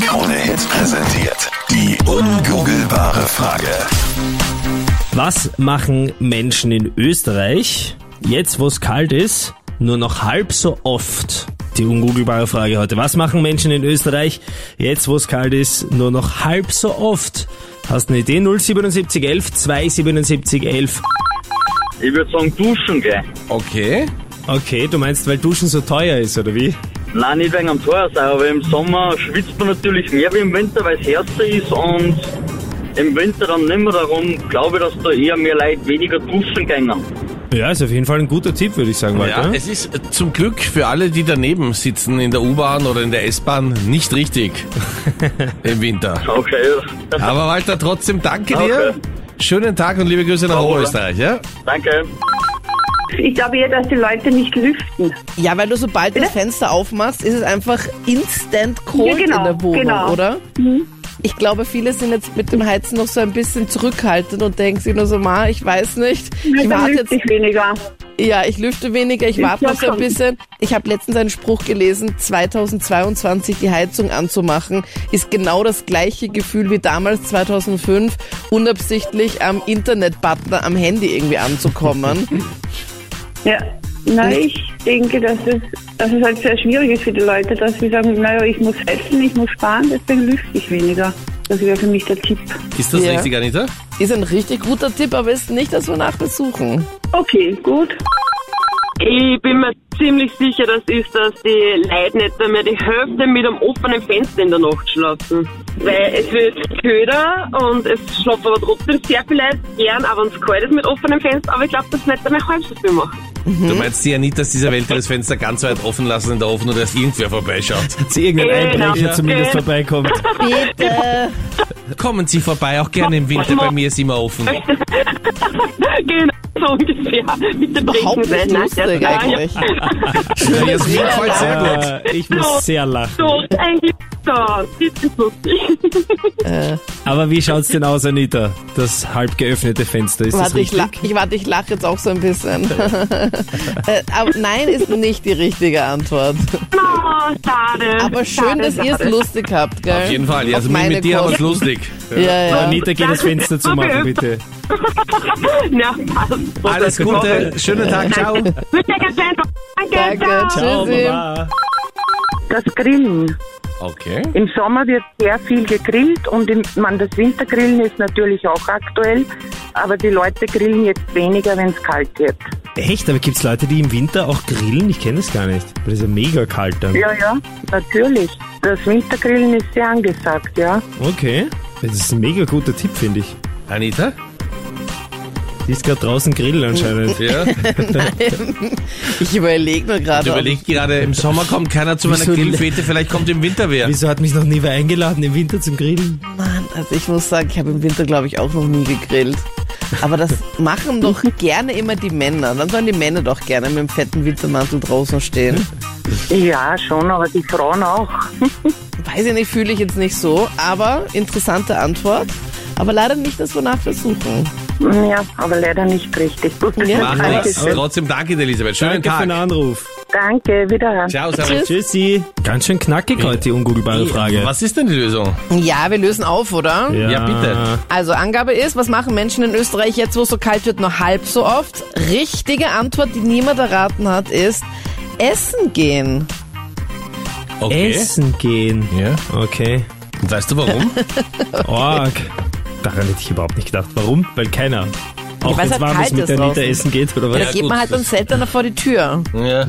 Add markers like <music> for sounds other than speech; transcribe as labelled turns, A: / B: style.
A: Krone Hits präsentiert die ungoogelbare Frage.
B: Was machen Menschen in Österreich, jetzt wo es kalt ist, nur noch halb so oft? Die ungoogelbare Frage heute. Was machen Menschen in Österreich, jetzt wo es kalt ist, nur noch halb so oft? Hast eine Idee? 07711 27711.
C: Ich würde sagen, duschen gehen.
D: Okay.
B: Okay, du meinst, weil Duschen so teuer ist, oder wie?
C: Nein, nicht wegen am Tor sein, aber im Sommer schwitzt man natürlich mehr wie im Winter, weil es härter ist und im Winter dann nimmer darum, glaube ich, dass da eher mehr Leute weniger duschen gehen.
B: Ja, ist auf jeden Fall ein guter Tipp, würde ich sagen,
D: Ja,
B: Walter.
D: es ist äh, zum Glück für alle, die daneben sitzen in der U-Bahn oder in der S-Bahn, nicht richtig im Winter.
C: Okay,
D: Aber Walter, trotzdem danke
C: Okay.
D: dir. Schönen Tag und liebe Grüße nach
C: Jawohl.
D: Oberösterreich. Ja?
C: <laughs> danke.
E: Ich glaube eher, dass die Leute nicht lüften.
F: Ja, weil du sobald du das Fenster aufmachst, ist es einfach instant cold
E: Ja, genau,
F: in der Wohnung,
E: genau.
F: oder? Ich glaube, viele sind jetzt mit dem Heizen noch so ein bisschen zurückhaltend und denken sich nur so, ma, ich weiß nicht. Ich
E: Dann
F: warte
E: lüfte
F: jetzt,
E: ich weniger.
F: ja, ich lüfte weniger, ich
E: Ich
F: warte noch so ein
E: glaub schon.
F: bisschen. Ich habe letztens einen Spruch gelesen, 2022 die Heizung anzumachen, ist genau das gleiche Gefühl wie damals 2005, unabsichtlich am Internet-Button am Handy irgendwie anzukommen.
E: <laughs> Ja.
F: Hm.
E: Na, ich denke, dass es, dass es halt sehr schwierig ist für die Leute, dass sie sagen, naja, ich muss essen, ich muss sparen, deswegen lüfte ich weniger. Das wäre für mich der Tipp.
D: Ist das
F: Ja.
D: richtig, Anita?
F: ist ein richtig guter Tipp, aber ist nicht, dass wir nachbesuchen.
E: Okay, gut.
G: Ich bin mir ziemlich sicher, das ist, dass die Leute nicht mehr die Hälfte mit einem offenen Fenster in der Nacht schlafen. Weil es wird köder und es schlafen aber trotzdem sehr viele Leute gern, aber es kalt ist mit offenem Fenster, aber ich glaube, das nicht mehr halb so viel macht.
F: Mhm.
D: Du meinst die Anitas dieser Welt, die das Fenster ganz weit offen lassen in der Hoffnung, dass irgendwer vorbeischaut.
B: Dass irgendein
G: Genau.
B: Einbrecher
G: Ja.
B: zumindest vorbeikommt.
F: Bitte.
D: Kommen Sie vorbei, auch gerne im Winter, bei mir ist immer offen.
G: genau, <laughs> so ungefähr. Bitte
F: Überhaupt
G: trinken
F: nicht lustig
G: Ah,
F: eigentlich.
D: Ja, Jasmin, gefällt sehr gut.
B: Äh, ich muss sehr lachen.
G: So, eigentlich da. Das ist lustig. <laughs>
B: Aber wie schaut's denn aus, Anita? Das halb geöffnete Fenster, ist das
F: Warte, ich,
B: richtig?
F: lach, ich, warte, ich lache jetzt auch so ein bisschen. <laughs> Äh, aber nein ist nicht die richtige Antwort.
G: Oh, schade.
F: Aber schön, dass ihr es lustig habt, gell?
D: Auf jeden Fall,
F: Auf
D: Jasmin,
F: meine
D: mit dir haben wir es
F: Kosten.
D: lustig.
F: Ja, ja.
B: Anita, geh das Fenster zu machen, bitte.
G: <laughs> Ja, passt.
D: Alles Gute, schönen Tag, ciao.
G: Wünsche euch einen schönen Tag. Danke,
F: Danke,
G: ciao.
B: Ciao,
F: tschüssi.
B: Baba.
H: Das Grillen.
D: Okay.
H: Im Sommer wird sehr viel gegrillt und im, man, das Wintergrillen ist natürlich auch aktuell, aber die Leute grillen jetzt weniger, wenn es kalt wird.
B: Echt, aber gibt's Leute, die im Winter auch grillen? Ich kenne das gar nicht. Weil es ist ja mega kalt dann.
H: Ja, ja, natürlich. Das Wintergrillen ist sehr angesagt, ja.
B: Okay. Das ist ein mega guter Tipp, finde ich.
D: Anita?
B: Die ist gerade draußen grillen anscheinend.
F: <laughs>
D: Ja?
F: Ich überlege nur
D: Ich
F: gerade. ob-
D: überlege gerade, im Sommer kommt keiner zu meiner
B: Also Wieso-
D: Grillfete, vielleicht kommt im Winter wer.
B: Wieso hat mich noch nie wer eingeladen im Winter zum Grillen?
F: Mann, also ich muss sagen, ich habe im Winter, glaube ich, auch noch nie gegrillt. Aber das machen doch gerne immer die Männer. Dann sollen die Männer doch gerne mit dem fetten Wintermantel draußen stehen.
H: Ja, schon, aber die Frauen auch.
F: Weiß ich nicht, fühle ich jetzt nicht so, aber interessante Antwort. Aber leider nicht das, wonach wir suchen.
H: Ja, aber leider nicht richtig. Gut,
F: Ja.
D: Macht
H: danke
D: nichts.
H: schön.
D: Trotzdem danke, Elisabeth. Schönen
B: Danke für den
D: Tag.
B: Anruf.
H: Danke, wiederhören.
D: Ciao, Servus.
B: Tschüssi. Ganz schön knackig heute, die ungoogelbare Frage.
D: Was ist denn die Lösung?
F: Ja, wir lösen auf, oder?
D: Ja, bitte.
F: Also Angabe ist, was machen Menschen in Österreich jetzt, wo es so kalt wird, nur halb so oft? Richtige Antwort, die niemand erraten hat, ist Essen gehen.
B: Essen gehen.
D: Ja.
B: Okay.
D: Und weißt du warum? <laughs>
B: Org. Daran hätte ich überhaupt nicht gedacht. Warum? Weil keiner. Auch wenn
F: weil es
B: es
F: halt
B: warm
F: kalt
B: ist, mit
F: ist
B: der Anita
F: draußen.
B: essen geht oder was?
F: da geht
D: gut,
F: man halt
D: das-
F: dann seltener vor die Tür.
D: ja.